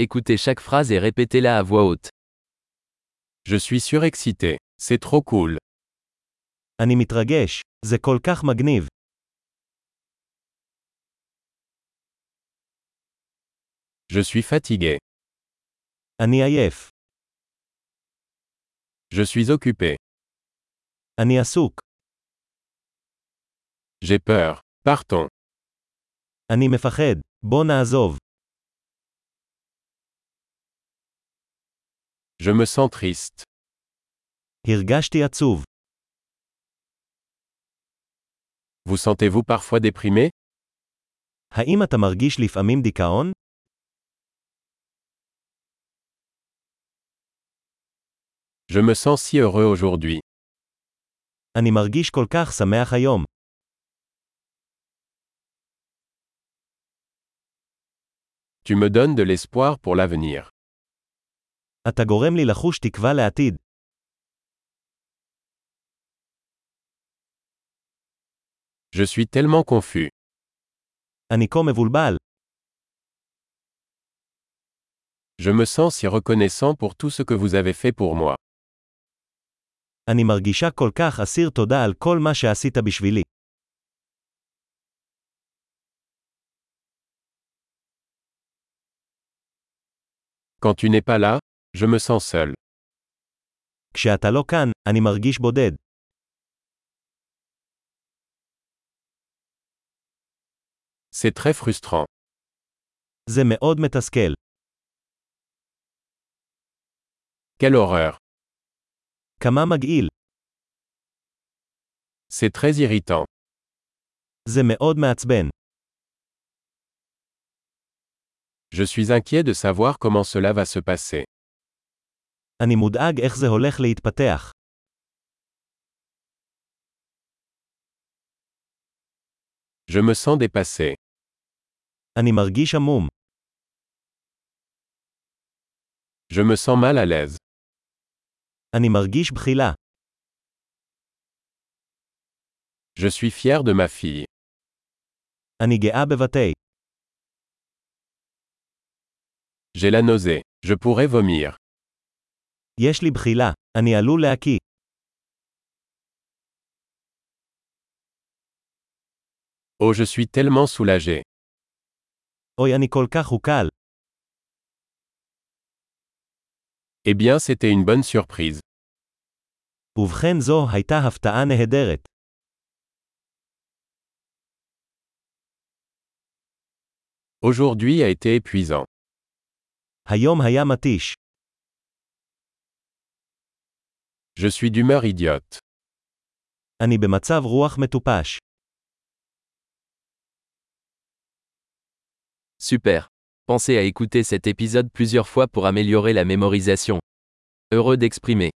Écoutez chaque phrase et répétez-la à voix haute. Je suis surexcité. C'est trop cool. אני מתרגש, זה כל כך מגניב. Je suis fatigué. אני עייף, Je suis occupé. אני עסוק, J'ai peur. Partons. אני מפחד, בוא נעזוב. Je me sens triste. הרגשתי עצוב. Vous sentez-vous parfois déprimé האם אתה מרגיש לפעמים דיכאון? Je me sens si heureux aujourd'hui. אני מרגיש כל כך שמח היום. Tu me donnes de l'espoir pour l'avenir. אתה גורם לי לחוש תקווה לעתיד. Je suis tellement confus. אני כה מבולבל. Je me sens si reconnaissant pour tout ce que vous avez fait pour moi. אני מרגישה כל כך אסיר תודה על כל מה שעשית בשבילי. Quand tu n'es pas là, je me sens seul. כשאתה לא כאן, אני מרגיש בודד. C'est très frustrant. זה מאוד מתסכל. Quelle horreur. כמה מגעיל. C'est très irritant. זה מאוד מעצבן. Je suis inquiet de savoir comment cela va se passer. אני מודאג איך זה הולך להתפתח. Je me sens dépassé. אני מרגיש עמום. Je me sens mal à l'aise. אני מרגיש בחילה. Je suis fier de ma fille. אני גאה בבתי. J'ai la nausée. Je pourrais vomir. יש לי בחילה. אני עלול להקיא. Oh, je suis tellement soulagé. אוי, אני כל כך הוקל. Eh bien, c'était une bonne surprise. ובכן זו הייתה הפתעה נהדרת. Aujourd'hui a été épuisant. היום היה מתיש. Je suis d'humeur idiote. אני במצב רוח מטופש. Super. Pensez à écouter cet épisode plusieurs fois pour améliorer la mémorisation. Heureux d'exprimer.